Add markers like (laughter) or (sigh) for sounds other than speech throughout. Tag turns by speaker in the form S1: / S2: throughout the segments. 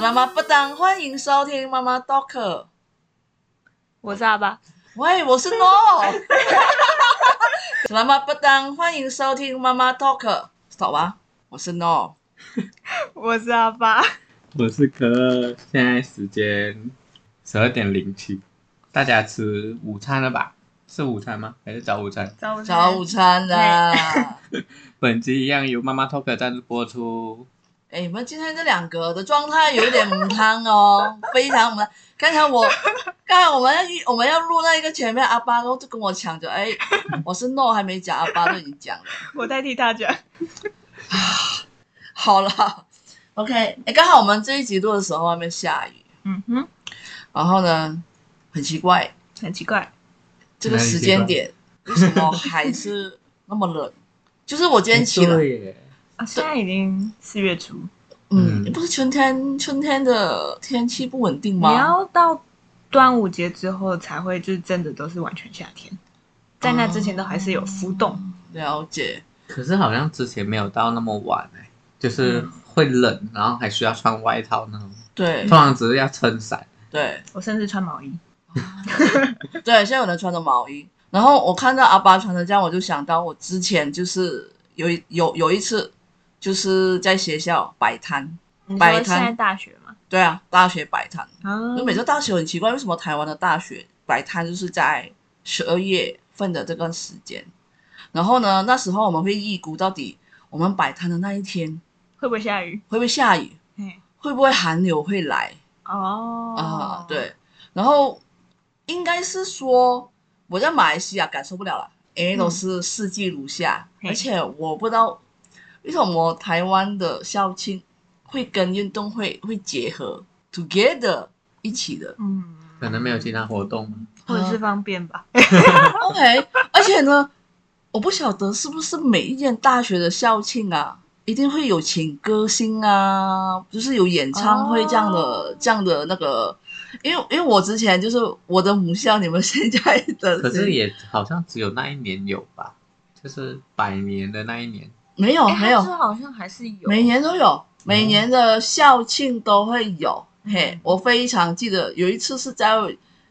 S1: 妈妈不当，欢迎收听妈妈 Doc。
S2: 我是阿爸，
S1: 喂，我是 No。妈妈不当，欢迎收听妈妈 Doc。走吧，我是 No。
S2: (laughs) 我是阿爸，
S3: 我是可乐，现在时间十二点零七，大家吃午餐了吧？是午餐吗？还是早午餐？
S2: 早午
S1: 早午餐啊啦。
S3: 本集一样由妈妈 Talk 赞助播出。
S1: 哎，你们今天这两个的状态有点母汤哦， (laughs) 非常母汤。刚才我，刚才我们要一我们要录那一个前面阿巴都跟我抢着，哎，我是 no 还没讲，阿巴都已经讲了。
S2: 我代替他讲。
S1: 好了，OK，哎，刚好我们这一集录的时候外面下雨，
S2: 嗯哼，
S1: 然后呢，很奇怪，
S2: 很奇怪，
S1: 这个时间点为什么还是那么冷？就是我今天起了，
S3: 哎对耶，
S2: 啊，现在已经四月初，
S1: 嗯，
S3: 嗯
S1: 不是春天，春天的天气不稳定
S2: 你
S1: 吗？
S2: 要到端午节之后才会，就是真的都是完全夏天，在那之前都还是有浮动。
S1: 了解，
S3: 可是好像之前没有到那么晚哎、就是会冷，然后还需要穿外套那种。
S1: 对
S3: 通常只是要撑伞。
S1: 对。
S2: 我甚至穿毛衣，
S1: 对，现在有人穿着毛衣，然后我看到阿巴穿成这样，我就想到我之前就是有一有有一次，就是在学校摆摊，
S2: 你
S1: 摆
S2: 说现
S1: 摊
S2: 在大学嘛，
S1: 对啊，大学摆摊。
S2: 啊
S1: 那每次大学很奇怪，为什么台湾的大学摆摊就是在十二月份的这段时间？然后呢，那时候我们会预估到底我们摆摊的那一天
S2: 会不会下雨？
S1: 会不会下雨，
S2: 嘿，
S1: 会不会寒流会来。
S2: 哦，
S1: 啊，，对，然后应该是说我在马来西亚感受不了了，因为都
S2: 嗯
S1: 是四季如夏，而
S2: 嘿
S1: 且我不知道为什么台湾的校庆会跟运动会会结合 together 一起的。
S2: 嗯，
S3: 可能没有其他活动吗？
S1: 嗯
S2: 或者是方便吧，
S1: OK，而 (laughs) 且呢，我不晓得是不是每一间大学的校庆啊。一定会有请歌星啊，就是有演唱会这样的、
S2: 哦
S1: 这样的那个，因为因为我之前就是我的母校，你们现在的
S3: 可是也好像只有那一年有吧，就是百年的那一年。
S1: 没有
S2: 哎
S1: 没
S2: 他说
S1: 哦有，
S2: 好像还是有，
S1: 每年都
S3: 嗯
S1: 有，每年的校庆都会有。
S2: 嗯
S1: 嘿，我非常记得有一次是在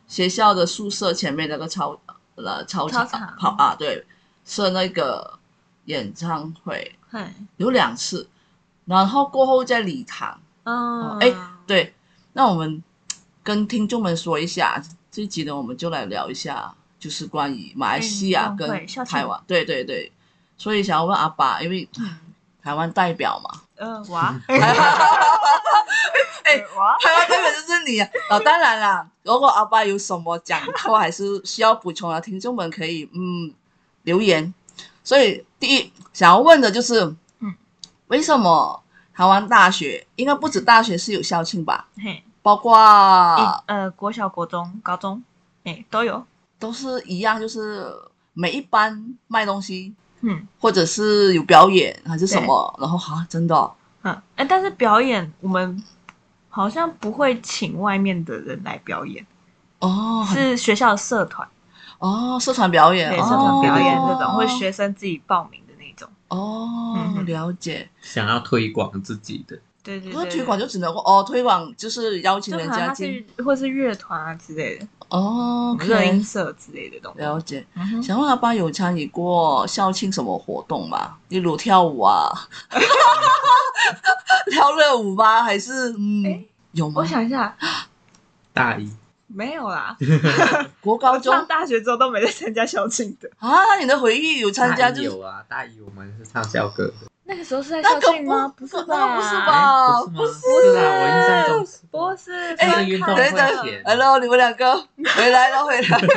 S1: 学校的宿舍前面那个操呃操场
S2: 操场
S1: 跑啊，对，是那个演唱会
S2: 嘿，
S1: 有两次，然后过后在礼堂。
S2: 嗯，
S1: 哎对，那我们跟听众们说一下，这一集呢，我们就来聊一下，就是关于马来西亚
S2: 运动
S1: 跟
S2: 会校庆
S1: 台湾，对对对，所以想要问阿爸，因为
S2: 嗯，
S1: 台湾代表嘛。 (laughs)
S2: (laughs) 呃，哇，
S1: 哎
S2: 哇，
S1: 台湾代表就是你啊！哦，当然啦，如果阿爸有什么讲错还是需要补充的，听众们可以嗯留言。所以第一想要问的就是，
S2: 嗯，
S1: 为什么台湾大学应该不止大学是有校庆吧？
S2: 嘿，
S1: 包括
S2: 一呃，国小、国中、高中，哎，都有。
S1: 都是一样，就是每一班卖东西，
S2: 嗯
S1: 或者是有表演还是什么，然后啊，真的哦、
S2: 嗯，哎，但是表演我们好像不会请外面的人来表演，
S1: 哦，很
S2: 是学校的社团，
S1: 哦，社团表演，
S2: 对，
S1: 哦
S2: 社团表演这种，
S1: 哦
S2: 或者学生自己报名的那种。嗯
S1: 哦，
S2: 哼
S1: 了解。
S3: 想要推广自己的，
S2: 对对
S1: 不是
S2: 对，
S1: 推广就只能哦，推广就是邀请
S2: 就可
S1: 人
S2: 能
S1: 家
S2: 他
S1: 进
S2: 是或是乐团啊之类的，
S1: 哦，
S2: 热
S1: 可
S2: 音
S1: 以
S2: 社之类的东西。
S1: 了解。
S2: 嗯哼
S1: 想问阿爸有参与过校庆什么活动吗？例如跳舞啊，
S2: 嗯
S1: (laughs) 跳热舞吗？还是嗯
S2: 诶，
S1: 有吗
S2: 我？想一下，
S3: 大一
S2: 没有啦，
S1: 国高中
S2: 上大学之后都没再参加校庆的。
S1: 啊，那你的回忆有参加
S3: 大
S1: 就
S3: 一
S1: 是
S3: 有啊，大一我们是唱校歌的，
S2: 那个时候是在
S1: 那
S2: 校
S1: 个
S2: 庆吗？
S1: 不
S2: 是吧？
S1: 那个不是
S3: 哎
S1: 吧
S3: 不是吗？不是啊，我印象中是
S2: 不是，
S3: 这个
S2: 分
S3: 运
S2: 开
S3: 动
S1: 对
S3: 会
S1: 对
S2: 哎
S1: 哎
S2: 的
S3: 前
S1: Hello，你们两个回来了，回来
S3: (laughs)
S1: 了。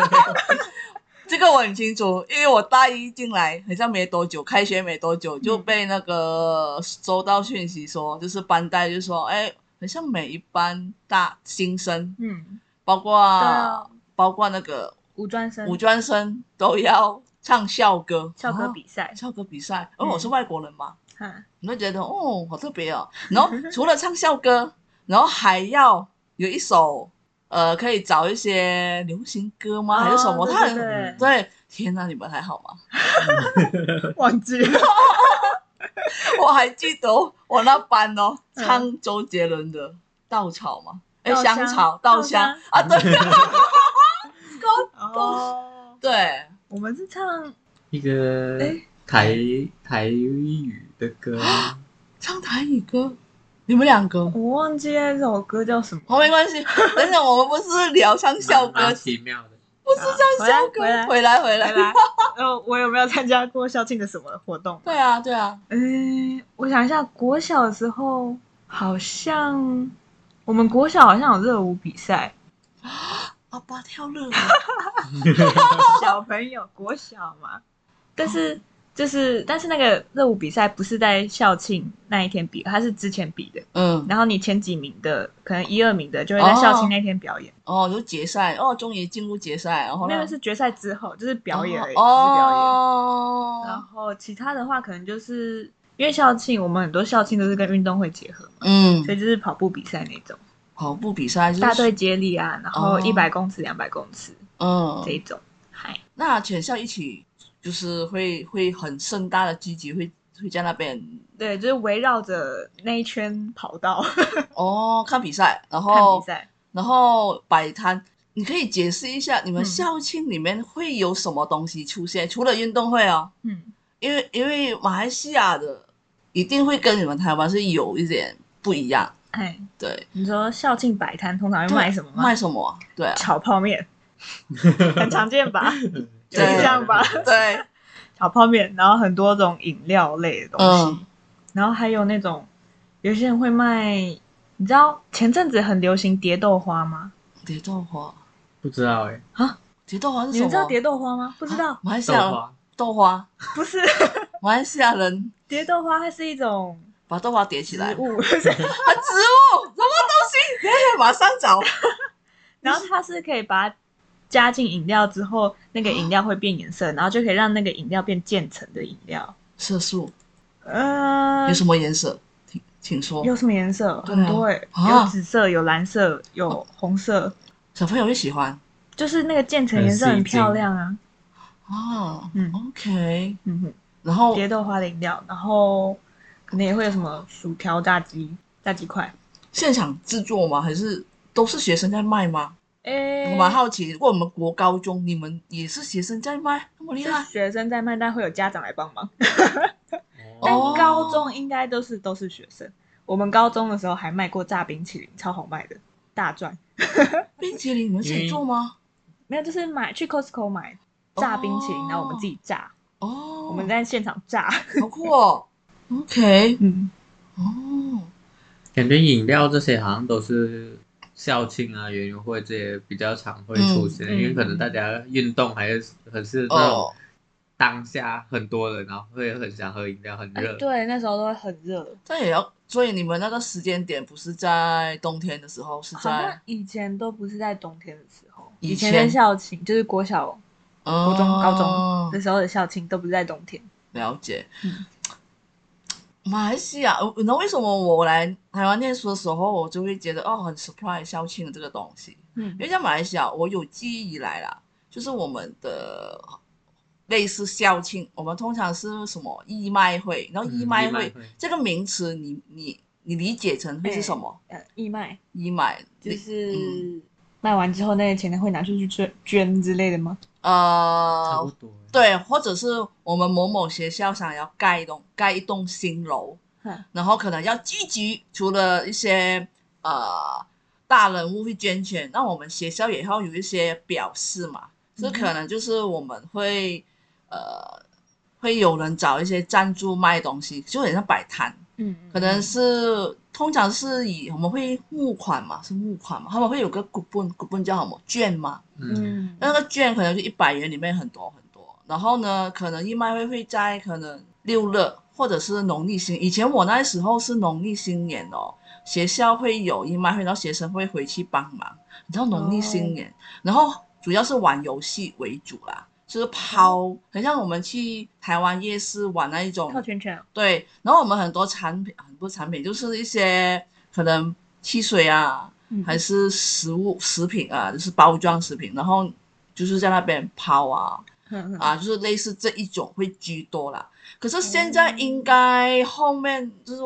S1: 这个我很清楚，因为我大一进来好像没多久，开学没多久
S3: 嗯
S1: 就被那个收到讯息说，就是班带就说，哎，好像每一班大新生，
S2: 嗯，
S1: 包括、
S2: 对啊，
S1: 包括那个
S2: 五专生
S1: 五专生都要唱校歌，
S2: 校歌比赛
S1: 啊、，校歌比赛，因为
S2: 嗯
S1: 我是外国人嘛，
S2: 嗯，
S1: 你会觉得哦，好特别哦。然后除了唱校歌， (laughs) 然后还要有一首呃，可以找一些流行歌吗？还是什么？
S2: 哦
S1: 他
S2: 对
S1: 很
S2: 对对
S1: 啊对，天哪，你们还好吗？ (laughs)
S2: 忘记了，
S1: 我还记得我那班哦，
S2: 嗯
S1: 唱周杰伦的《稻草嘛，哎，
S2: 稻
S1: 香
S2: 香
S1: 草、稻
S2: 稻
S1: 香
S2: 香
S1: 啊，对
S2: (laughs) 哦，
S1: 对， (laughs)
S2: 我们是唱
S3: 一个
S2: 诶
S3: 台台语的歌，
S1: 唱台语歌，你们两个，
S2: 我忘记那首歌叫什么，
S1: 哦，没关 (laughs) 系，等等，我们不是聊唱校歌，
S3: 蛮奇妙的。
S1: 不是唱校歌，
S2: 啊
S1: 啊回来回
S2: (laughs) 来
S1: 来，
S2: 来，呃，我有没有参加过校庆的什么活动？
S1: 对啊对啊，
S2: 嗯，我想一下，国小的时候好像我们国小好像有热舞比赛，
S1: 阿爸跳热舞，
S2: (laughs) 小朋友国小嘛，但是就是但是那个热舞比赛不是在校庆那一天比，它是之前比的，
S1: (laughs) 嗯，
S2: 然后你前几名的，可能一二名的就会在校庆那天表演，
S1: 哦，就决赛，哦，终于进入决赛，然后呢
S2: 那个是决赛之后，就是表演而啊已，只是表演。然
S1: 哦，
S2: 后其他的话，可能就是因为校庆，我们很多校庆都是跟运动会结合嘛，
S1: 嗯
S2: 所，以就是跑步比赛那种，
S1: 跑步比赛就是
S2: 大队接力啊，然后
S1: 哦
S2: 一百公尺、两百公尺
S1: 嗯
S2: 这，一种。嗨，
S1: 那全校一起就是会会很盛大的聚集，会会在那边
S2: 对，就是围绕着那一圈跑道
S1: 哦看比赛，然
S2: 看比
S1: 后
S2: 赛。
S1: 然后摆摊。你可以解释一下，你们
S2: 嗯
S1: 校庆里面会有什么东西出现？除了运动会哦，
S2: 嗯，
S1: 因为因为马来西亚的一定会跟你们台湾是有一点不一样，
S2: 哎，
S1: 对。
S2: 你说校庆摆摊通常会
S1: 对
S2: 卖什么吗
S1: 卖？什么啊？对啊，
S2: 炒
S1: (laughs)
S2: 泡面，很常见吧？
S3: 就
S1: 对啊
S2: 这样吧
S1: 对，
S2: 炒泡面，然后很多种饮料类的东西，
S1: 嗯
S2: 然后还有那种有些人会卖，你知道前阵子很流行蝶豆花吗？
S1: 蝶豆花，
S3: (laughs) 不知道哎，
S1: 蝶豆花是什么？啊
S2: 你们知道蝶豆花吗？不
S1: 不
S2: 知道，
S1: 马来西
S3: 豆
S1: 亚人
S3: 花
S1: 豆花，
S2: 不是
S1: 马来西亚人
S2: 蝶豆花，它是一种
S1: 把豆花叠起
S2: 植
S1: 来，
S2: 物， (laughs) 不是
S1: 啊，植物什么东西？ (laughs) 等一下马上找。
S2: 然后它是可以把它加进饮料之后，那个饮料会变颜色，然后就可以让那个饮料变渐层的饮料。
S1: 色素
S2: 嗯、
S1: 有什么颜色？请请说。
S2: 有什么颜色？
S1: 对啊
S2: 很多哎、
S1: 啊
S2: 有紫色，有蓝色，有红色，
S1: 小朋友会喜欢
S2: 就是那个渐层颜色
S3: 很吸
S2: 很
S3: 睛
S2: 漂亮啊。
S1: 啊。
S2: 嗯
S1: OK，
S2: 嗯哼，
S1: 然后
S2: 蝶豆花的饮料，然后可能也会有什么薯条、炸鸡、炸鸡块。
S1: 现场制作吗？还是都是学生在卖吗？
S2: 诶、
S1: 我蛮好奇，如果我们国高中你们也是学生在卖，那么厉
S2: 是
S1: 害
S2: 学生在卖，但会有家长来帮忙。 (laughs) 但
S1: 哦
S2: 高中应该都是都是学生。我们高中的时候还卖过炸冰淇淋，超好卖的，大赚。
S1: 冰淇淋你们自己做吗？
S2: 没有，就是买去 Costco 买炸冰淇淋，
S1: 哦
S2: 然后我们自己炸，
S1: 哦，
S2: 我们在现场炸。 (laughs)
S1: 好酷哦。OK，
S2: 嗯，
S1: 哦，
S3: 感觉饮料这些好像都是校庆啊、园游会这些比较常会出现，
S2: 嗯嗯
S3: 因为可能大家运动还是还是那
S1: 哦
S3: 种当下很多人，然后会很想喝饮料，很
S2: 哎
S3: 热。
S2: 对，那时候都会很热，
S1: 这也要，所以你们那个时间点不是在冬天的时候，是
S2: 好像
S1: 在
S2: 以前都不是在冬天的时候，
S1: 以
S2: 以前
S1: 前
S2: 的校庆就是国小
S1: 国
S2: 中高中
S1: 嗯
S2: 的时候的校庆都不是在冬天。
S1: 了解。
S2: 嗯
S1: 马来西亚，呃你知道为什么我来台湾念书的时候，我就会觉得哦，很 surprise 校庆的这个东西，
S2: 嗯
S1: 因为在马来西亚，我有记忆以来啦，就是我们的类似校庆，我们通常是什么义卖会，然后
S3: 嗯
S1: 义卖
S3: 义卖
S1: 会、
S3: 会
S1: 这个名词你，你你理解成会是什么？
S2: 呃，义卖
S1: 义卖
S2: 就是
S1: 嗯
S2: 卖完之后那些钱会拿出去捐捐之类的吗？
S3: 差不
S1: 呃，
S3: 多。，
S1: 对，或者是我们某某学校想要盖一栋盖一栋新楼，
S2: 哼
S1: 然后可能要积极，除了一些呃大人物会捐钱，那我们学校也要有一些表示嘛，是
S2: 嗯哼
S1: 可能就是我们会呃会有人找一些赞助卖东西，就很像摆摊，
S2: 嗯，
S1: 可能是通常是以我们会募款嘛，是募款嘛，他们会有个 coupon coupon 叫什么券嘛，
S3: 嗯，
S1: 那个券可能就一百元里面很多很多，然后呢，可能义卖会会在可能六日或者是农历新，以前我那时候是农历新年哦，学校会有义卖会，然后学生会回去帮忙，你知道农历新
S2: 嗯
S1: 年，然后主要是玩游戏为主啦，就是抛，很像我们去台湾夜市玩那一种
S2: 套圈啊圈，
S1: 对，然后我们很多产品，很多产品就是一些可能汽水啊，
S2: 嗯
S1: 还是食物食品啊，就是包装食品，然后就是在那边抛啊
S2: 嗯嗯
S1: 啊，就是类似这一种会居多啦。可是现在应该后面就是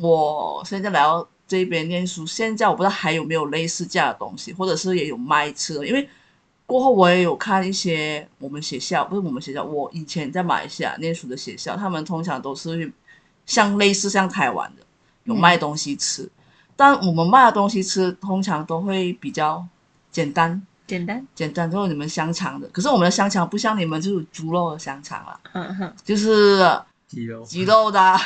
S1: 我现在来到这边念书，现在我不知道还有没有类似这样的东西，或者是也有卖吃的，因为过后我也有看一些我们学校，不是我们学校，我以前在马来西亚念书的学校，他们通常都是去像类似像台湾的有卖东西吃，但我们卖的东西吃通常都会比较简单，
S2: 简单，
S1: 简单就是你们香肠的，可是我们的香肠不像你们这种猪肉的香肠啦，
S2: 嗯哼，
S1: 就是
S3: 鸡肉、
S1: 鸡肉的 (laughs) 啊、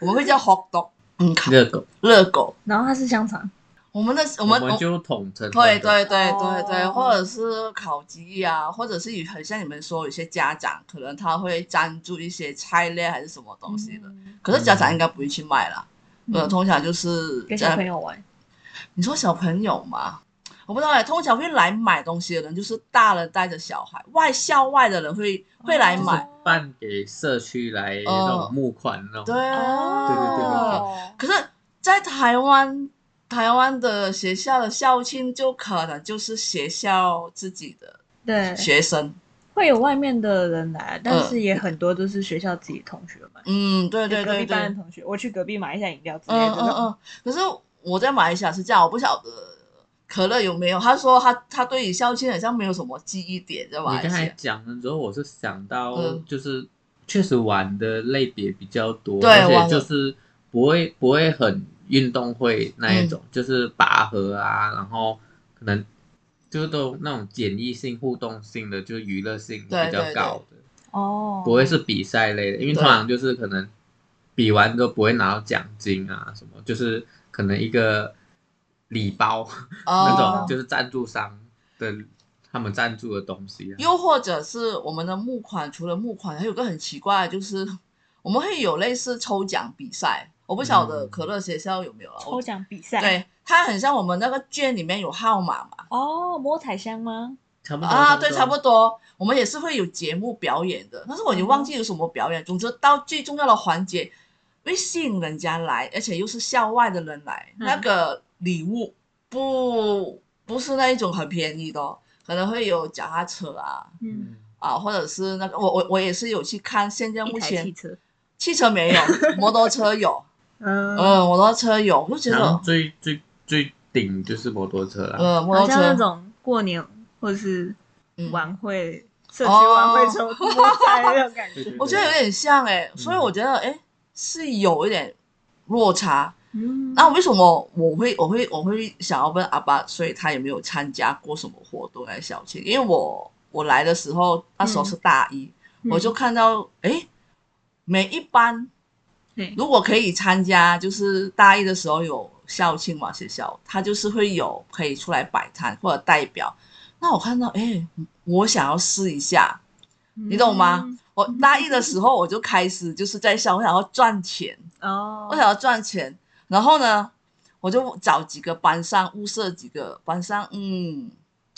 S1: 我们会叫 hot dog，嗯，烤
S3: 热狗，
S1: 热狗。
S2: 然后它是香肠，
S1: 我们的我
S3: 我
S1: 们我
S3: 就统称
S1: 对
S3: 那个
S1: 对对对对，
S2: 哦
S1: 或者是烤鸡啊，或者是有很像你们说，有些家长可能他会赞助一些菜类还是什么东西的，
S2: 嗯
S1: 可是家长应该不会去卖啦。呃，
S2: 嗯
S1: 通常就是
S2: 给小
S1: 在
S2: 朋友玩，
S1: 你说小朋友嘛，我不知道哎，通常会来买东西的人就是大人带着小孩，外校外的人会会来买，
S2: 哦
S3: 办给社区来那种募款那
S1: 对
S3: 种，
S1: 啊
S2: 哦
S3: 对对对
S1: 可
S3: 对
S1: 是，在台湾，台湾的学校的校庆就可能就是学校自己的
S2: 对
S1: 学生，
S2: 会有外面的人来，但是也很多都是学校自己同学们，
S1: 嗯，对
S2: 就
S1: 对
S2: 隔
S1: 对
S2: 壁
S1: 对，
S2: 班的
S1: 嗯
S2: 同学，我去隔壁买一下饮料之类
S1: 嗯
S2: 的，
S1: 嗯嗯。可是我在马来西亚是这样，我不晓得可乐有没有。他说他他对于校庆好像没有什么记忆点，在马
S3: 你
S1: 来
S3: 刚
S1: 西
S3: 才
S1: 亚。
S3: 讲的时候，我是想到
S1: 嗯
S3: 就是确实玩的类别比较多，
S1: 对
S3: 而
S1: 玩
S3: 且
S1: 的
S3: 就是不会不会很运动会那一
S1: 嗯
S3: 种，就是拔河啊，然后可能就是都那种简易性、互动性的，就是娱乐性比
S1: 对
S3: 较
S1: 对
S3: 高的，
S1: 嗯
S2: 哦，
S3: 不会是比赛类的，因为
S1: 对
S3: 通常就是可能比完之后不会拿到奖金啊什么，就是可能一个礼包。那
S1: 哦
S3: 种就是赞助商的他们赞助的东西、啊。
S1: 又或者是我们的募款，除了募款，还有个很奇怪的，就是我们会有类似抽奖比赛。我不晓得
S3: 嗯
S1: 可乐学校有没有了，
S2: 抽奖比赛，
S1: 对，它很像我们那个券里面有号码嘛。
S2: 哦，摸彩箱吗？
S3: 差不多
S1: 啊，对，差不
S3: 多。
S1: 多。我们也是会有节目表演的，但是我已经
S2: 嗯
S1: 忘记有什么表演。总之，到最重要的环节，会吸引人家来，而且又是校外的人来。
S2: 嗯
S1: 那个礼物不不是那一种很便宜的、哦，可能会有脚踏车啊
S2: 嗯，
S3: 嗯，
S1: 啊，或者是那个我我我也是有去看，现在目
S2: 一台汽
S1: 前
S2: 车，
S1: 汽车没有，摩托车有，
S2: (laughs) 嗯，
S1: 嗯，摩托车有，我就觉
S3: 然
S1: 得
S3: 后，最最最顶就是摩托车啦。
S1: 呃，摩
S2: 好
S1: 托
S2: 像那
S1: 车
S2: 种过年或者是
S1: 嗯哦
S2: 晚会、社区晚会
S1: (laughs)
S2: 抽摸彩的那种感
S3: 对对
S2: 觉
S3: 对，
S1: 我觉得有点像哎、所以
S3: 嗯
S1: 我觉得哎、是有一点落差。
S2: 嗯，
S1: 那为什么我会我会我会想要问阿爸，所以他有没有参加过什么活动来小庆？因为我我来的时候那时候是大一，
S2: 嗯
S1: 我就看到哎、诶每一班
S2: 对
S1: 如果可以参加，就是大一的时候有校庆嘛，学校他就是会有可以出来摆摊或者代表。那我看到哎、诶我想要试一下，你懂吗？
S2: 嗯
S1: 我大一的时候我就开始就是在想，我想要赚钱，
S2: 嗯？哦，
S1: 我想要赚钱。然后呢，我就找几个班上物色几个班上，嗯，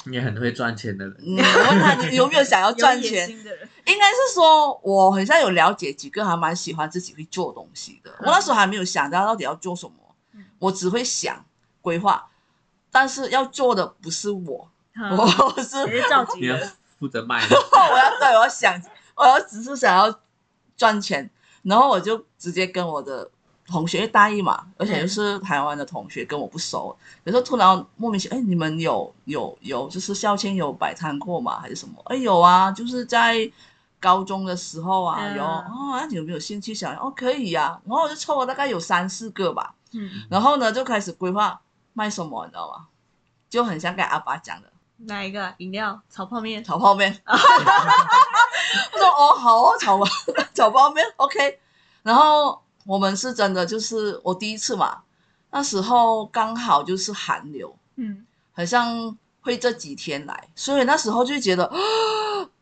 S3: 你也很会赚钱的人。
S1: 嗯我问他你有没有想要赚
S2: (laughs) 有野
S1: 钱？(laughs)
S2: 心的人，
S1: 应该是说我很像有了解几个还蛮喜欢自己会做东西的。我那时候还没有想到到底要做什么
S2: 嗯，
S1: 我只会想规划，但是要做的不是我，
S2: 好
S1: (laughs) 我是
S2: 也是召集
S3: 你要
S2: 人，
S3: 负责卖，
S1: 我要对，我要想， (laughs) 我要只是想要赚钱，然后我就直接跟我的同学，因为大一嘛，而且就是台湾的同学，跟我不熟，有时候突然莫名其妙，哎，你们有有有，就是校庆有摆摊过吗？还是什么？哎，有啊，就是在高中的时候啊，
S2: 嗯
S1: 有哦，那你有没有兴趣想？哦，可以呀、然后我就凑了大概有三四个吧，
S2: 嗯，
S1: 然后呢就开始规划卖什么，你知道吗？就很像跟阿爸讲的，
S2: 哪一个饮料？炒泡面，
S1: 炒泡面。 (laughs) 我说哦，好哦，炒吧， (laughs) 炒泡面，OK。然后我们是真的就是我第一次嘛，那时候刚好就是寒流，
S2: 嗯，
S1: 好像会这几天来，所以那时候就觉得、 (gasps) 啊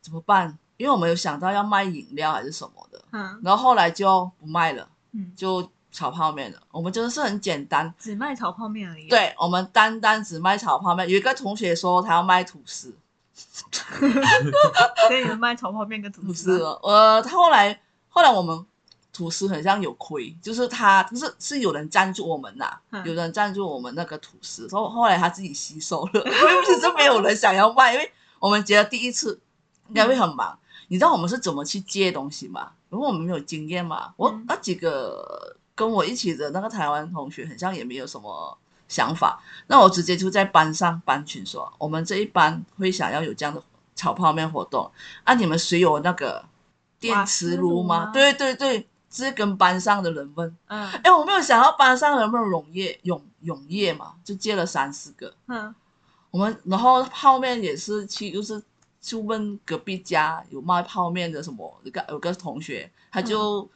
S1: 怎么办？因为我们有想到要卖饮料还是什么的，
S2: 嗯
S1: 然后后来就不卖了，
S2: 嗯，
S1: 就炒泡面了。我们真的是很简单，
S2: 只卖炒泡面而已，，
S1: 对我们单单只卖炒泡面。有一个同学说他要卖吐司，
S2: 所以你们卖炒泡面跟吐
S1: 不是
S2: 司吗，
S1: 了，呃，他后来后来我们吐司很像有亏，就是他可是是有人赞助我们呐、
S2: 嗯
S1: 有人赞助我们那个吐司，然后后来他自己吸收了， (laughs) 因为其实没有人想要卖，因为我们觉得第一次应该会很忙。
S2: 嗯
S1: 你知道我们是怎么去借东西吗？如果我们没有经验嘛，我
S2: 嗯
S1: 那几个跟我一起的那个台湾同学，很像也没有什么想法。那我直接就在班上班群说，我们这一班会想要有这样的炒泡面活动啊，你们谁有那个电磁炉
S2: 瓦斯
S1: 吗
S2: 炉吗？
S1: 对对对，是跟班上的人问。
S2: 嗯
S1: (laughs) 哎，我没有想到班上人问永业永永业嘛，就借了三四个。
S2: 嗯，
S1: 我们然后泡面也是去，就是去问隔壁家有卖泡面的什么，有个有个同学他就、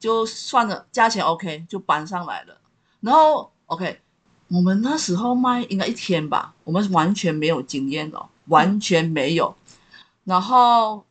S1: 就算了价钱 OK 就搬上来了，然后 OK 我们那时候卖应该一天吧，我们完全没有经验哦，完全没有。然后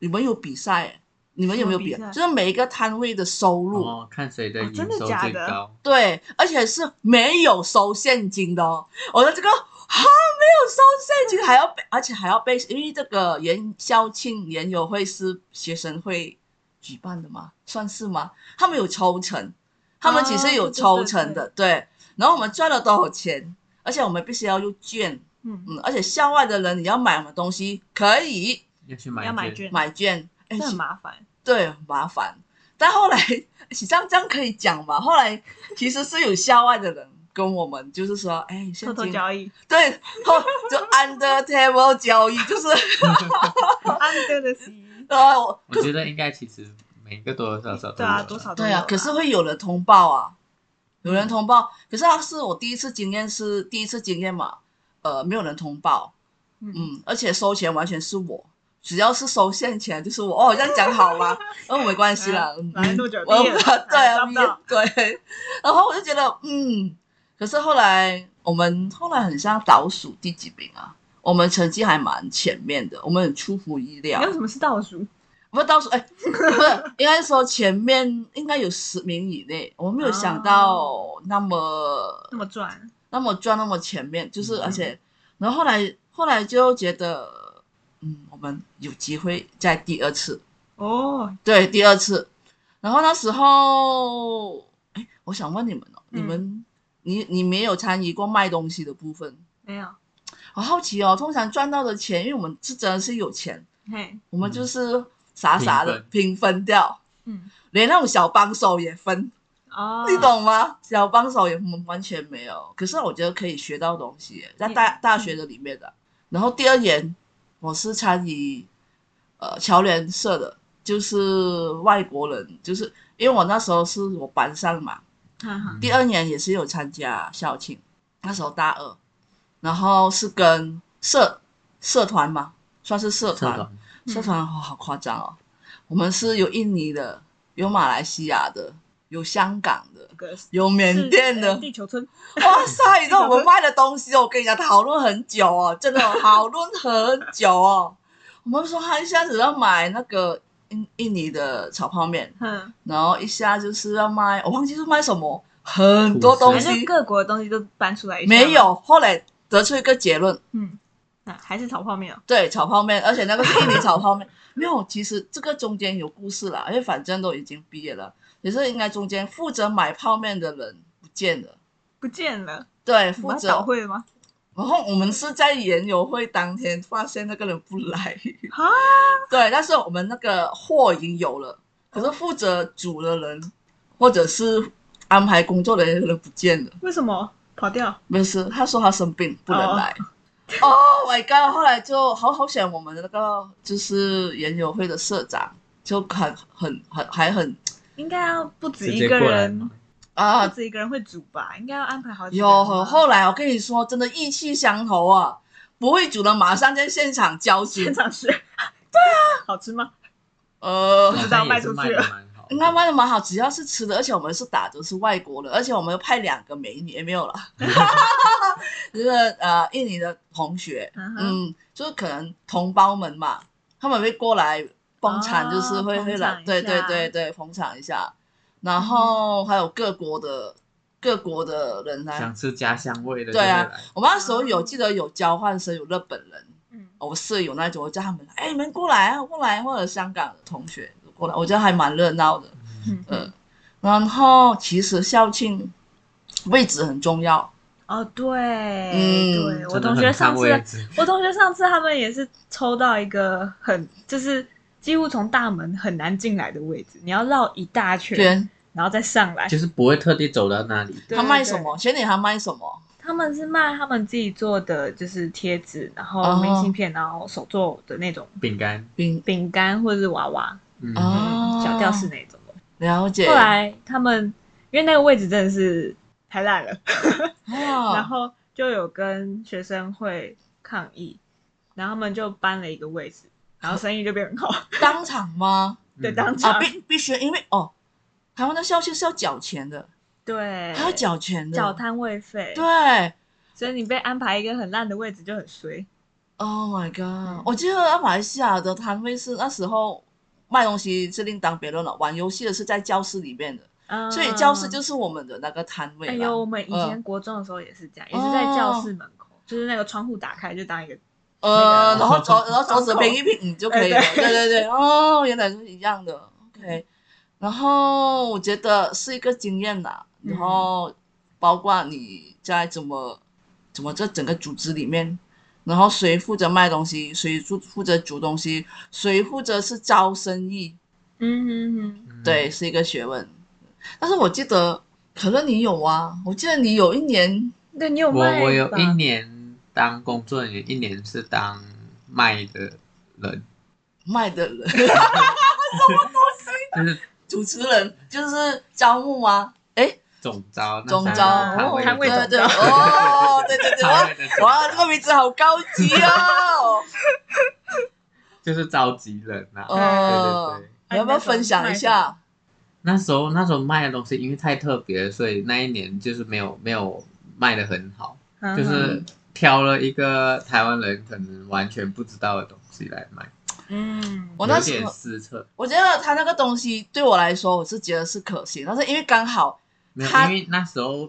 S1: 你们有比赛，你们有没有比？
S2: 什么比赛
S1: 就是每一个摊位的收入。
S3: 哦，看谁的
S2: 哦
S3: 营
S2: 真的
S3: 收
S2: 假
S3: 最
S2: 的
S3: 高。
S1: 对，而且是没有收现金的哦。我的这个啊，没有收现金，还要被，而且还要被，因为这个元宵庆研友会是学生会举办的吗？算是吗？他们有抽成，他们其
S2: 哦
S1: 实有
S2: 对对
S1: 抽
S2: 对
S1: 成的，对。然后我们赚了多少钱？而且我们必须要用券，
S2: 嗯，
S1: 嗯，而且校外的人你要买我们东西可以
S3: 要去
S2: 要买
S3: 买
S2: 券，
S1: 买券，哎
S2: 这，很麻烦。
S1: 对，很麻烦。但后来， (laughs) 喜上这样可以讲嘛？后来其实是有校外的人跟我们，就是说，哎，现
S2: 偷偷
S1: 金 (laughs)
S2: 交易
S1: 对，偷就 under table 交易，就是 (laughs) 啊
S2: ，under (laughs) the sea，
S1: 呃，我
S3: 我觉得应该其实每个多多少少都
S2: 对啊，
S3: 有
S2: 多
S3: 啦
S2: 少都
S1: 对
S2: 有
S1: 啊
S2: 啦，
S1: 可是会有人通报啊，有人通报。可是他是我第一次经验是第一次经验嘛，呃，没有人通报，
S2: 嗯，
S1: 嗯，而且收钱完全是我，只要是收现钱就是我。哦，这样讲好吗？哦，没关系
S2: (laughs)
S1: 啦，嗯
S2: 来多久
S1: (laughs) 我
S2: 毕业了？
S1: 对
S2: 还
S1: 啊
S2: 抓不到，
S1: 对，然后我就觉得嗯，可是后来我们后来很像倒数第几名啊，我们成绩还蛮前面的，我们很出乎意料
S2: 你。为什么是倒数？
S1: 我们倒数哎，不是应该说前面应该有十名以内，我没有
S2: 哦
S1: 想到那么、
S2: 那么赚，
S1: 那么赚那么前面，就是
S3: 嗯
S1: 而且，然后后来后来就觉得嗯，我们有机会在第二次。
S2: 哦，
S1: 对，第二次。然后那时候，哎，我想问你们哦，
S2: 嗯
S1: 你们，你你没有参与过卖东西的部分，
S2: 没有，
S1: 好好奇哦。通常赚到的钱，因为我们是真的是有钱，
S2: 嘿，
S1: 我们
S3: 嗯
S1: 就是傻傻的平分掉，
S2: 嗯，
S1: 连那种小帮手也分，
S2: 哦，
S1: 你懂吗？小帮手也我们完全没有。可是我觉得可以学到东西耶，在大大学的里面的。然后第二年，我是参与呃侨联社的，就是外国人，就是因为我那时候是我班上嘛，
S2: 哈哈，
S3: 嗯
S1: 第二年也是有参加校庆，那时候大二，然后是跟社社团嘛，算是社
S3: 社
S1: 团，
S3: 团
S1: 社团哦，好夸张哦！我们是有印尼的，有马来西亚的，有香港的，
S2: 有个
S1: 有缅甸
S2: 是呃
S1: 的。
S2: 地球村，
S1: (laughs) 哇塞，你知道我们卖的东西哦，我跟你讲，讨论很久哦，真的哦讨论很久哦。我们说他一下子要买那个印印尼的炒泡面，
S2: 嗯，
S1: 然后一下就是要卖，我忘记是卖什么，很多东
S2: 反正
S1: 西
S2: 各国的东西都搬出来一下嘛
S1: 没，有。后来得出一个结论，
S2: 嗯，那还是炒泡面哦，
S1: 对，炒泡面，而且那个是印尼炒泡面。没有，其实这个中间有故事啦，因为反正都已经毕业了，也是应该中间负责买泡面的人不见了。
S2: 不见了，
S1: 对，
S2: 你
S1: 负
S2: 们
S1: 责。
S2: 倒会了吗？
S1: 然后我们是在研友会当天发现那个人不来，
S2: 啊，
S1: 对，但是我们那个货已经有了，可是负责煮的人或者是安排工作的人可能不见了。
S2: 为什么跑掉？
S1: 没事，他说他生病不能来。哦、oh、，My God！后来就好好险，我们的那个就是研友会的社长就很很很还很
S2: 应该要不止
S3: 直
S2: 一
S3: 接
S2: 个
S3: 过来
S2: 人
S3: 嘛，
S1: 啊
S2: 不，止一个人会煮吧，应该要安排好几个人
S1: 有
S2: 吧。
S1: 很后来我跟你说，真的意气相投啊！不会煮的马上在现场教学
S2: 现，场吃， (laughs) 对啊，好吃吗？
S1: 呃
S3: 好，像
S2: 知道
S3: 哦也
S2: 卖
S3: 是
S2: 出去
S3: 卖得
S2: 了
S3: 蛮好的
S1: 应该卖的蛮好，只要是吃的，而且我们是打的是外国人，而且我们又派两个美女，也没有了， (laughs) 就是呃印尼的同学，
S2: 嗯哼，
S1: 嗯，就是可能同胞们嘛，他们会过来捧场，
S2: 哦
S1: 就是会、
S2: 捧
S1: 会
S2: 场
S1: 来，
S2: 一
S1: 对对
S2: 下
S1: 对对，捧场一下。然
S2: 嗯
S1: 后还有各国的各国的人来
S3: 想，吃家乡味的，
S1: 对啊，我们那时候
S2: 哦
S1: 有记得有交换生，有日本人，
S2: 嗯，
S1: 我室友那种，我叫他们来，哎，你们过来啊，过来，或者香港的同学过来，我觉得还蛮热闹的。
S2: 嗯
S1: 嗯，然后其实校庆位置很重要，
S2: 哦，对，
S1: 嗯
S2: 对我
S3: 真的
S2: 同
S3: 很
S2: 学
S3: 看
S2: 上次
S3: 位置
S2: 我同学上次他们也是抽到一个很，就是几乎从大门很难进来的位置，你要绕一大圈，
S1: 圈
S2: 然后再上来。
S3: 就是不会特地走到那里。
S2: 对
S1: 他卖什？
S2: 对对
S1: 么？全年他卖什么？
S2: 他们是卖他们自己做的，就是贴纸，然后
S1: 哦
S2: 明信片，然后手做的那种
S3: 饼干，
S1: 冰
S2: 饼干或者是娃娃，
S3: 嗯，
S1: 哦
S2: 小吊饰那种的。
S1: 了解。
S2: 后来他们因为那个位置真的是太烂了，
S1: 啊，
S2: 然后就有跟学生会抗议，然后他们就搬了一个位置，然后生意就
S1: (laughs)
S2: 变很好。
S1: 当场吗？
S3: 嗯
S2: 对，当
S1: 啊，
S2: (laughs) 场、
S1: 必必须，因为哦，台湾的校庆是要缴钱的，
S2: 对，
S1: 还要缴钱的。
S2: 缴摊位费，
S1: 对啊
S2: 所以你被安排一个很烂的位置就很衰。
S1: ，Oh my
S2: 嗯
S1: god！我记得马来西亚的摊位是那时候卖东西是另当别论了，玩游戏的是在教室里面的，
S2: 嗯
S1: 所以教室就是嗯我们的那个摊位啦。
S2: 哎呦，我们以前国中的时候也是这样，也是在教室门口，就是那个窗户打开就当一个。
S1: 呃，
S2: 那个
S1: 然后左然后左手
S2: 窗口
S1: 平一平你就可以了。
S2: 哎
S1: 对对对，哦，原来是一样的。OK，然后我觉得是一个经验啦，
S2: 嗯
S1: 然后包括你在怎么怎么这整个组织里面，然后谁负责卖东西，谁负负责煮东西，谁负责是招生意，
S2: 嗯哼哼，
S3: 嗯
S1: 对，，是一个学问。但是我记得可乐你有啊，我记得你有一年
S2: 对你有
S3: 我
S2: 卖
S3: 我有
S2: 吧
S3: 一年当工作人员，一年是当卖的人，
S1: 卖的
S3: (laughs)
S1: 人，
S3: 就是
S1: 主持人就是招募啊，诶。
S3: 总招，那
S1: 总
S3: 三个
S1: 招
S3: 摊位的
S2: 摊位
S1: 对
S2: 总
S1: 对
S2: 招
S1: 哦，对对对，
S3: 摊
S1: 哇
S3: 位的
S1: (laughs) 哇，
S3: 总
S1: 这
S3: 招
S1: 个名字好高级哦。
S3: 就是召集人呐、啊。
S1: 哦
S3: (laughs) 对对
S2: 哎
S3: 对，
S1: 你要不要分享一下？
S3: 那时候那时候卖的东西因为太特别了，所以那一年就是没有没有卖的很好，
S2: 嗯哼
S3: 就是挑了一个台湾人可能完全不知道的东西来卖，
S2: 嗯，
S1: 我那
S3: 有
S1: 时
S3: 点
S1: 候
S3: 失策。
S1: 我觉得他那个东西对我来说，我是觉得是可行，但是因为刚好，
S3: 没有，
S1: 他
S3: 因为那时候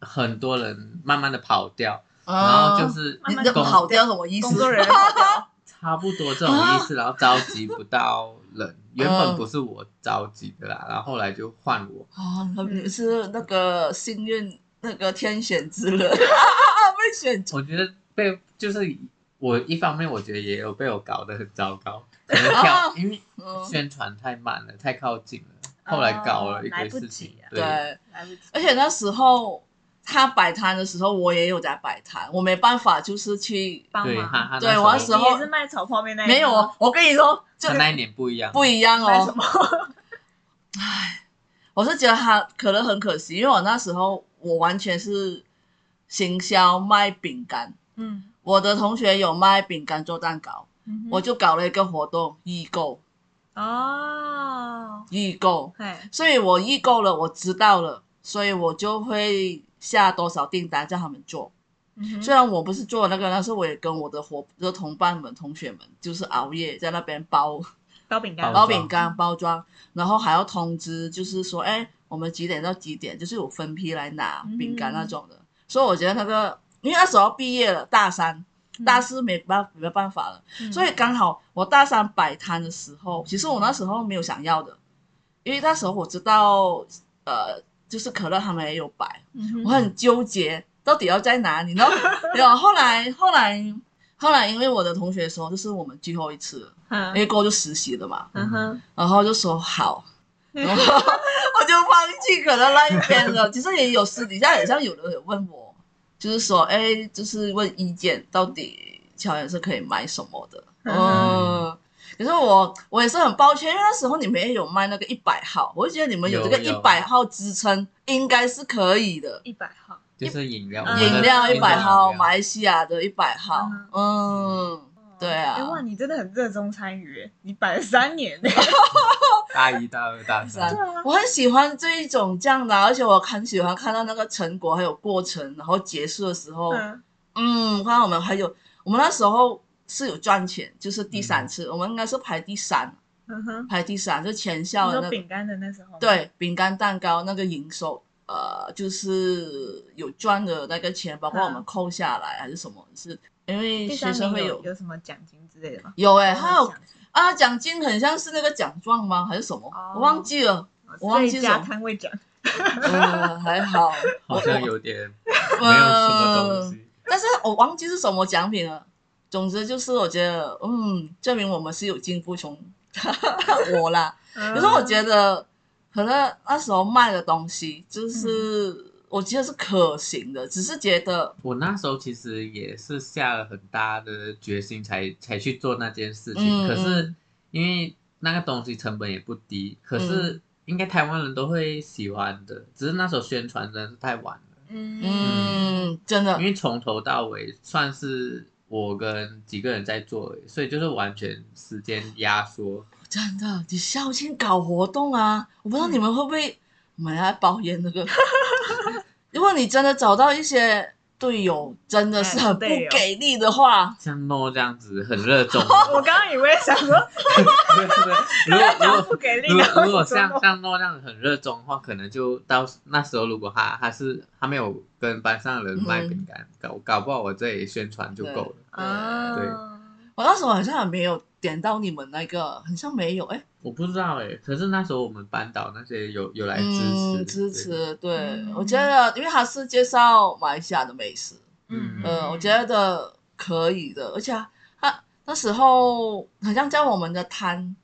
S3: 很多人慢慢的跑掉，然
S1: 啊，
S3: 后就是
S2: 慢
S1: 你
S2: 慢
S1: 的
S2: 地
S3: 工
S1: 跑掉什么意思？
S2: 工作人员跑掉
S3: 差不多这种意
S1: 哦
S3: 思，然后召集不到人。原
S1: 嗯
S3: 本不是我召集的啦，然后后来就换我。
S1: 啊，他们是那个幸运那个天选之
S3: (laughs)
S1: 人 (laughs) 被选中
S3: 我觉得被就是我一方面我觉得也有被我搞得很糟糕，可能跳、
S1: 啊
S3: 因为
S1: 嗯
S3: 宣传太慢了，太靠近了。后
S1: 哦
S3: 来搞了一
S2: 来
S3: 堆
S2: 不
S3: 事
S2: 及
S3: 情，
S2: 啊
S3: 对，
S1: 对。
S2: 来不及。
S1: 而且那时候他摆摊的时候，我也有在摆摊，我没办法，就是去
S2: 帮
S3: 对，哈
S2: 忙，
S3: 哈，
S1: 对
S3: 那时候
S1: 我那时
S2: 你
S1: 候
S2: 也是卖炒泡面那一
S1: 没有
S2: 种
S1: 哦。我跟你说，这
S3: 他那一年不一样，
S1: 不一样
S2: 卖什
S1: 哦。
S2: 么？ (laughs)
S1: 我是觉得他可能很可惜，因为我那时候我完全是行销卖饼干，
S2: 嗯，
S1: 我的同学有卖饼干做蛋糕，
S2: 嗯哼
S1: 我就搞了一个活动预购，
S2: 哦，
S1: 预购，
S2: 哎，
S1: 所以我预购了，我知道了，所以我就会下多少订单叫他们做。
S2: 嗯哼
S1: 虽然我不是做那个，但是我也跟我的伙的同伴们、同学们，就是熬夜在那边包
S2: 包饼干，
S1: 包
S3: 包装
S1: 饼干、包装，然后还要通知，就是说，哎，我们几点到几点，就是有分批来拿
S2: 嗯
S1: 饼干那种的。所以我觉得那个，因为那时候毕业了，大三、大四没办没办法了，
S2: 嗯
S1: 所以刚好我大三摆摊的时候，其实我那时候没有想要的，因为那时候我知道，呃，就是可乐他们也有摆，
S2: 嗯哼
S1: 我很纠结，到底要在哪里？然后没有，后来后来后来，因为我的同学说，这是我们最后一次了，因为过后就实习了嘛，
S2: 嗯哼，
S1: 然后就说好，然后我就放弃可能那一边了。其实也有私底下，也像有人有问我，就是说，哎，就是问意见，到底乔岩是可以买什么的？
S2: 嗯
S1: 嗯。可是我我也是很抱歉，因为那时候你们也有卖那个一百号，我就觉得你们有这个
S3: 有
S1: 一
S3: 有
S1: 百号支撑，应该是可以的。
S2: 一百号，
S3: 就是饮料，
S2: 嗯
S3: 我们的
S1: 饮料
S2: 嗯
S1: 一百号，
S3: 饮料
S1: 马来西亚的一百号，嗯，对啊
S2: 哎哇，你真的很热衷参与耶，你摆了三年呢。
S3: 大一、大二、
S1: (laughs)
S3: 大
S1: 是啊
S3: 三，
S2: 啊，
S1: 我很喜欢这一种这样的啊，而且我很喜欢看到那个成果还有过程，然后结束的时候，
S2: 嗯
S1: 嗯，看到我们还有我们那时候是有赚钱，就是第三次，我们应该是排第三，
S2: 嗯哼，
S1: 排第三就全校
S2: 你
S1: 的那个
S2: 说饼干的那时候吗，
S1: 对饼干蛋糕那个营收。呃，就是有赚的那个钱，包括我们
S2: 嗯
S1: 扣下来还是什么，是因为
S2: 第
S1: 学
S2: 三
S1: 生
S2: 名
S1: 会
S2: 有哦有什么奖金之类的吗？
S1: 有哎、
S2: 有没
S1: 还有
S2: 奖金
S1: 啊，奖金很像是那个奖状吗？还是什么？
S2: 哦
S1: 我忘记了。我忘记
S2: 最佳
S1: 什么
S2: 摊位奖，
S1: 呃，还好，
S3: 好像有点
S1: 呃
S3: 没有什么东西。
S1: 但是我忘记是什么奖品了。总之就是，我觉得， (laughs) 嗯，证明我们是有进步从我啦。
S2: 可
S1: 可是我觉得可乐那时候卖的东西，就是、我觉得是可行的，只是觉得
S3: 我那时候其实也是下了很大的决心才才去做那件事
S1: 嗯
S3: 情，可是
S1: 嗯
S3: 因为那个东西成本也不低，可
S1: 嗯
S3: 是应该台湾人都会喜欢的，只是那时候宣传真的是太晚了，
S2: 嗯
S1: 嗯，真的
S3: 因为从头到尾算是我跟几个人在做而已，所以就是完全时间压缩。
S1: 真的，你校庆搞活动啊，我不知道你们会不会买来包烟那个。如果你真的找到一些队友真的是很不给力的话，
S3: 像诺这样子很热衷，
S1: (laughs)
S2: 我刚刚以为想说
S3: 如果如
S2: 他
S3: 果
S2: 不给力，
S3: 如
S2: 然后
S3: 如果
S2: 你说
S3: 像像诺那样很热衷的话，可能就到那时候，如果他他是他没有跟班上
S1: 嗯
S3: 人卖饼干，搞搞不好我这里宣传就够了。
S2: 啊，
S3: 对
S1: 我那时候好像也没有点到你们那个，好像没有哎、
S3: 我不知道哎、可是那时候我们班导那些有有来支持、
S1: 嗯，支持，对
S2: 嗯
S1: 我觉得，因为他是介绍马来西亚的美食，
S2: 嗯，
S1: 呃，我觉得可以的，而且他他那时候好像在我们的摊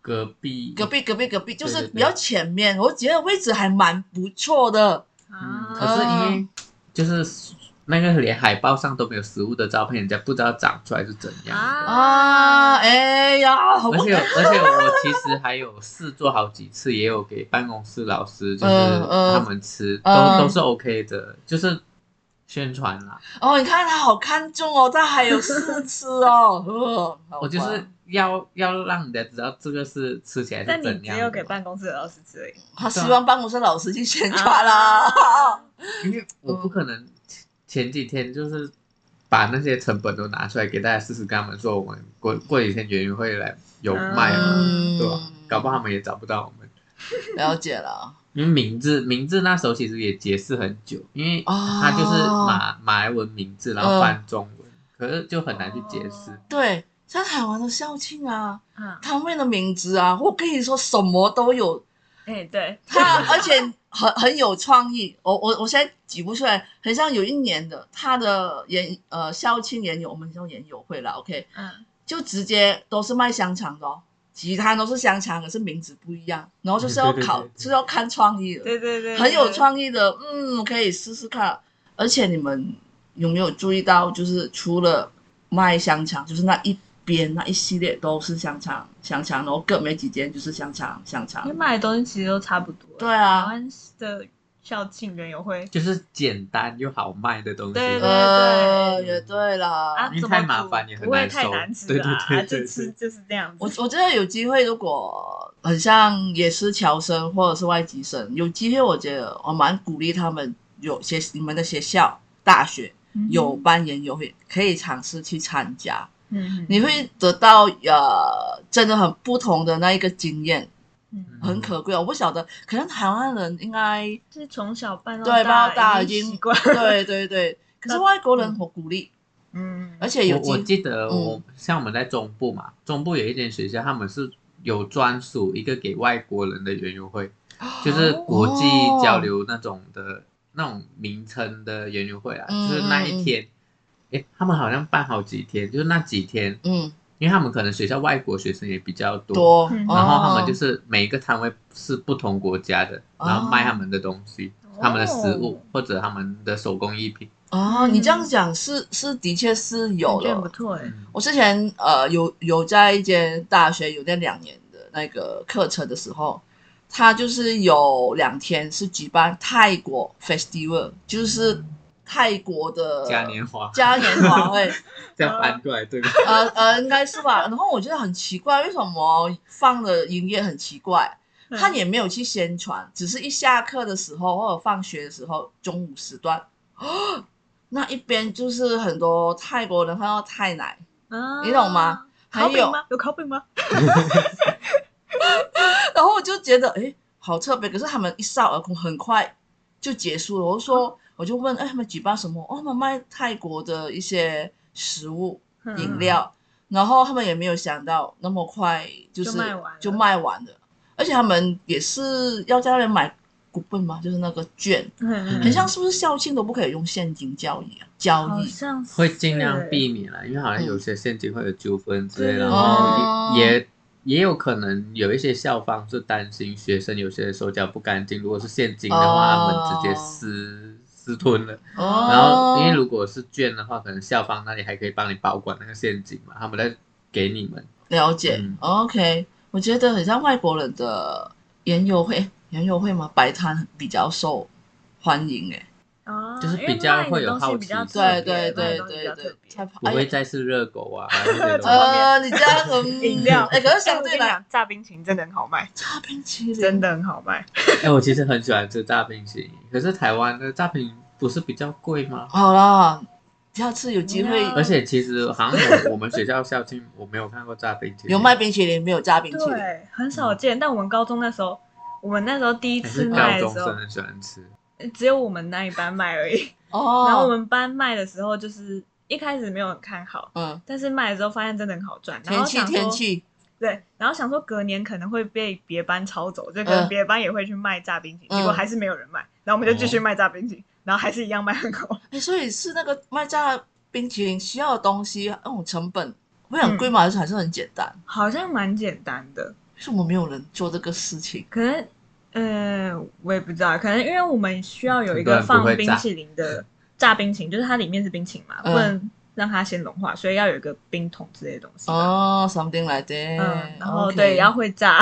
S3: 隔壁
S1: 隔壁隔壁隔壁，就
S3: 对
S1: 是
S3: 对对
S1: 比较前面，我觉得位置还蛮不错的。
S3: 嗯，
S2: 啊
S3: 可是因为就是那个连海报上都没有食物的照片，人家不知道长出来是怎样的。
S1: 啊，哎呀，好
S3: 而
S1: 不，
S3: 且而且我其实还有试做好几次，也有给办公室老师，就是
S1: 嗯嗯
S3: 他们吃，
S1: 嗯
S3: 都都是 OK 的，就是宣传啦。
S1: 哦，你看他好看重哦，他还有试吃哦， (laughs) 呃好吧
S3: 我就是啊要要让人家知道这个是吃起来
S2: 但
S3: 是
S2: 你
S3: 怎
S2: 只有
S3: 样
S2: 给
S3: 的嘛，
S2: 办公室的老师之类，
S1: 他希望办公室老师去
S3: (laughs)
S1: 宣传啦。
S2: 啊
S3: 因为我不可能前几天就是把那些成本都拿出来给大家试试，跟他们说我们过过几天圆圆会来有卖嘛，
S1: 嗯
S3: 哎对吧？搞不好他们也找不到我们。
S1: 了解了，
S3: 因为名字名字那时候其实也解释很久，因为
S1: 哦
S3: 它就是马、马来文名字，然后
S1: 嗯哦
S3: 翻中文，可是就很难去解释。
S1: 对，像台湾的校庆啊，
S2: 啊，
S1: 摊位的名字啊，我跟你说什么都有，
S2: 哎，对，
S1: (laughs)
S3: (laughs)
S1: 他而且很很有创意。我我我现在举不出来，很像有一年的他的研呃校庆研友，我们叫研友会啦 o k
S2: 嗯，
S1: 就直接都是卖香肠的哦，其他都是香肠，可是名字不一样，然后就是要
S3: 嗯对对
S1: 考
S3: 对，对
S1: 就是要看创意的，
S2: 对对对，
S1: 很有创意的，嗯，可以试试看。而且你们有没有注意到，就是除了卖香肠，就是那一边那一系列都是香肠，香肠，然后各没几间就是香肠，香肠
S2: 因为。卖的东西其实都差不多。
S1: 对
S2: 台
S1: 啊，
S2: 湾的校庆园游会
S3: 就是简单又好卖的东西，
S2: 对对
S1: 呃，也对啦。
S2: 啊，
S3: 因为
S2: 怎
S3: 太
S2: 么
S3: 麻
S2: 煮
S3: 烦也很
S2: 不会
S3: 难
S2: 太
S3: 收
S2: 难吃
S3: 对
S2: 的啊
S3: 对
S2: 啊，
S3: 对对
S2: 就吃
S3: 对
S2: 就是这样子。
S1: 我我觉得有机会，如果很像也是侨生或者是外籍生，有机会，我觉得我蛮鼓励他们有些你们的学校、大学
S2: 嗯
S1: 有，班研友会，可以尝试去参加，
S2: 嗯，
S1: 你会得到呃真的很不同的那一个经验，
S2: 嗯
S1: 很可贵哦。我不晓得，可能台湾人应该
S2: 就是从小办到
S1: 对办到大
S2: 已
S1: 已
S2: 经习
S1: 经。
S2: 惯
S1: 对对对，可是外国人我鼓励，
S2: 嗯，
S1: 而且有
S3: 我我
S1: 机嗯
S3: 记得我、像我们在中部嘛，中部有一间学校，他们是有专属一个给外国人的园游会，就是
S1: 哦
S3: 国际交流那种的、那种名称的园游会啊，
S1: 嗯
S3: 就是那一天，诶，他们好像办好几天，就是那几天，
S1: 嗯
S3: 因为他们可能学校外国学生也比较多，
S1: 多，
S2: 嗯
S3: 然后他们
S1: 哦
S3: 就是每一个摊位是不同国家的，
S1: 哦
S3: 然后卖他们的东西、
S2: 哦
S3: 他们的食物或者他们的手工艺品。
S1: 哦，你这样
S2: 嗯
S1: 讲是是的确是有
S2: 我觉得很不
S1: 的。
S2: 错哎，
S1: 我之前呃有有在一间大学有那两年的那个课程的时候，他就是有两天是举办泰国 festival，就是泰国的
S3: 嘉年华，
S1: 嘉年华
S3: (laughs)
S1: 会，
S3: 这样翻过来对吧？
S1: 呃呃应该是吧。然后我觉得很奇怪，为什么放的音乐很奇怪？他也没有去宣传，只是一下课的时候或者放学的时候，中午时段， (gasps) 那一边就是很多泰国人看到泰奶，
S2: 嗯，
S1: 你懂吗？还
S2: 烤饼
S1: 有，
S2: 吗？有烤饼吗？
S1: 然后我就觉得诶好特别，可是他们一扫而空，很快就结束了。我就
S2: 啊
S1: 说，我就问，哎，他们举办什么？哦，他们卖泰国的一些食物、
S2: 嗯
S1: 饮料，然后他们也没有想到那么快就是
S2: 就卖完了
S1: 就卖完了，而且他们也是要在那边买股份嘛，就是那个券。
S2: 嗯
S1: 很像是不是校庆都不可以用现金交易啊？交
S2: 好
S1: 易
S2: 像是
S3: 会尽量避免了，因为好像有些现金会有纠纷之类，
S2: 对
S3: 然后
S1: 哦
S3: 也、也也有可能有一些校方是担心学生有些手脚不干净，如果是现金的话，
S1: 哦
S3: 他们直接私私吞了。
S1: 哦
S3: 然后因为如果是券的话，可能校方那里还可以帮你保管那个现金嘛，他们再给你们。
S1: 了解、
S3: 嗯
S1: o k 我觉得很像外国人的研友会，研友会嘛，摆摊比较受欢迎诶。
S2: 哦，
S3: 就是
S2: 因为
S3: 比较
S2: 卖的
S3: 会有
S2: 东西
S3: 好
S2: 比较
S3: 奇
S2: 特
S1: 对
S3: 心
S1: 对
S2: 别卖的
S1: 对
S2: 东西比
S1: 对
S2: 较
S1: 对
S2: 特别，
S1: 才
S3: 嗯不会再是热狗
S1: (laughs)
S3: 啊，还是那种
S1: 哎呃，你这样子
S2: 饮料
S1: 哎、可是
S2: 哎
S1: 相
S2: 我跟
S1: 对
S2: 你 (laughs)
S1: 来，
S2: 讲，炸冰淇淋真的很好卖，
S1: 炸冰淇淋
S2: 真的很好卖。
S3: 哎、我其实很喜欢吃炸冰淇淋，可是台湾的炸冰淇淋不是比较贵吗？
S1: 好啦，下次有机会
S2: 嗯
S3: 而且其实好像我我们学校校庆我没有看过炸冰淇淋，
S1: 有卖冰淇淋，没有炸冰淇淋。
S2: 对，很少见。但我们高中那时候，我们那时候第一
S3: 还
S2: 次
S3: 是
S2: 卖
S3: 高
S2: 的
S3: 中
S2: 时候
S3: 生，很喜欢吃，
S2: 只有我们那一班卖而已。
S1: 哦，
S2: 然后我们班卖的时候，就是一开始没有很看好，
S1: 嗯，
S2: 但是卖了之后发现真的很好赚。然
S1: 天
S2: 后
S1: 气
S2: 想说
S1: 天气，
S2: 对，然后想说隔年可能会被别班抄走，就可
S1: 嗯
S2: 能别班也会去卖炸冰淇
S1: 嗯
S2: 淋，结果还是没有人卖，然后我们就继续卖炸冰淇淋，然后还是一样卖很好。
S1: 哎、所以是那个卖炸冰淇淋需要的东西那种成本会很贵
S2: 嗯
S1: 吗？还是还是很简单？
S2: 好像蛮简单的，
S1: 为什么没有人做这个事情？
S2: 可能，嗯，我也不知道，可能因为我们需要有一
S3: 很多
S2: 个
S3: 人不
S2: 放
S3: 会
S2: 冰淇淋的炸冰淇淋，就是它里面是冰淇淋嘛，
S1: 嗯
S2: 不能让它先融化，所以要有一个冰桶之类的东西吧。
S1: 哦，something like that。
S2: 嗯，然后
S1: OK
S2: 对，要会炸，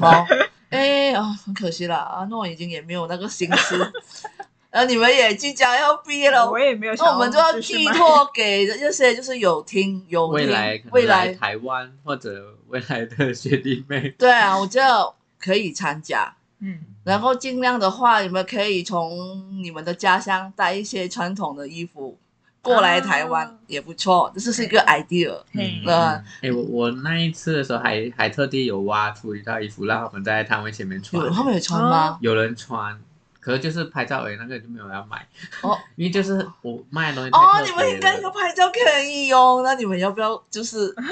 S1: 好，哎、啊，很可惜啦，阿诺已经也没有那个心思， (laughs) 呃，你们也即将要毕业了
S2: 我，也没有想
S1: 那
S2: 要
S1: 我们就要
S2: 继续
S1: 寄
S2: 卖。
S1: 托给这些就是有听有听
S3: 未来可能
S1: 未
S3: 来
S1: 来，
S3: 台湾或者未来的学弟妹，
S1: 对啊，我觉得可以参加。
S2: 嗯，
S1: 然后尽量的话，你们可以从你们的家乡带一些传统的衣服过来台湾、
S2: 啊
S1: 也不错，这是一个 idea。
S2: 嘿
S3: 嗯，
S1: 那
S3: 哎、我我那一次的时候还还特地有挖出一套衣服让他们在摊位前面穿
S1: 有，他们有穿吗？
S3: 有人穿，可是就是拍照而已，那个就没有人要买，
S1: 哦，
S3: (laughs) 因为就是我卖的东西太
S1: 哦，
S3: 特
S1: 你们应
S3: 别
S1: 该
S3: 了
S1: 有拍照可以哦。那你们要不要就是，
S3: 嗯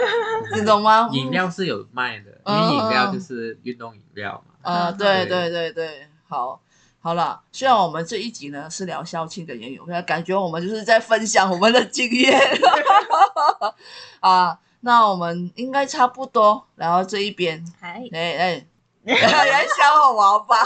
S1: 你懂吗？
S3: 饮料是有卖的，因
S1: 嗯
S3: 为饮料就是运动饮料嘛。
S1: 啊、对
S3: 对
S1: 对对对，好，好了。虽然我们这一集呢是聊校庆的缘由，但感觉我们就是在分享我们的经验 (laughs) 啊。那我们应该差不多聊到这一边。
S2: 还
S1: 哎哎， (laughs) 来笑我王八。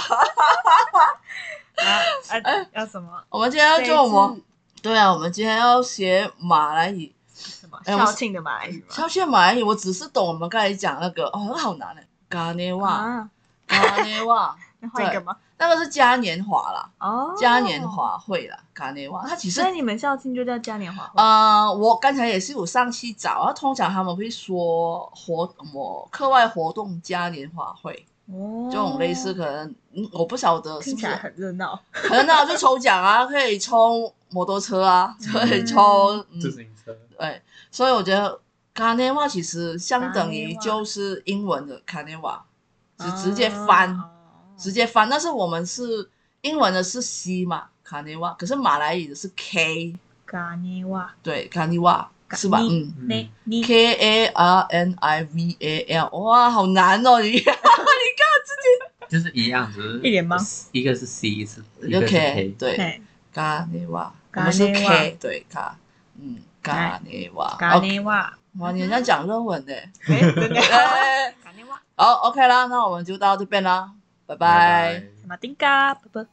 S2: 啊啊，要什么
S1: 我们今天要做什么？对啊，我们今天要学马来语。
S2: 什么
S1: 哎我们
S2: 校庆的马来语吗？
S1: 消遣马来语，我只是懂我们刚才讲那个，哦，那个好难的，嘎内哇，
S2: 啊，
S1: 嘎内
S2: (laughs)
S1: 哇，
S2: 那换一个吗？
S1: 那个是嘉年华啦，
S2: 哦，
S1: 嘉年。华会啦，嘎内哇，它其实
S2: 所以你们校庆就叫嘉年华会
S1: 呃，我刚才也是有上去找，然后通常他们会说活什么课外活动嘉年华会，
S2: 哦
S1: 这种类似，可能、嗯我不晓得是
S2: 听
S1: 不
S2: 起
S1: 是
S2: 来，很热闹。
S1: 可能那就抽奖啊，可以抽摩托车啊，可以抽，嗯，
S3: 自行车，
S1: 对，所以我觉得 c a n e w a 其实相等于
S2: Carnival
S1: 就是英文的 c a n e w a
S2: 啊
S1: 直直接翻，
S2: 哦
S1: 直接翻，但是我们是英文的是 C 嘛 c a n e w a 可是马来语的是 K，
S2: 嘎尼哇，
S1: 对 c a n e w a 是吧？
S2: Carni-
S1: 嗯。
S2: 你
S3: 嗯，
S2: 你
S1: K A R N I V A L，哇，好难哦！你
S3: 就是一样，只是
S2: 一脸懵，
S3: 一个是 C，一次一
S1: 就
S3: 个是
S1: K
S3: K，
S1: 对，
S2: 嘿
S1: 嘎内瓦，我
S2: 嘎
S1: 们是
S2: 内瓦
S1: K 对嘎，嗯，嘎内瓦
S2: 嘎
S1: ，OK，
S2: 尼哇，
S1: 哇，你人家讲热文的，
S2: (laughs) 哎，真的
S1: 哎
S2: 嘎尼哇，
S1: 好，OK 啦，那我们就到这边啦，拜拜。
S2: 马丁嘎，啵啵。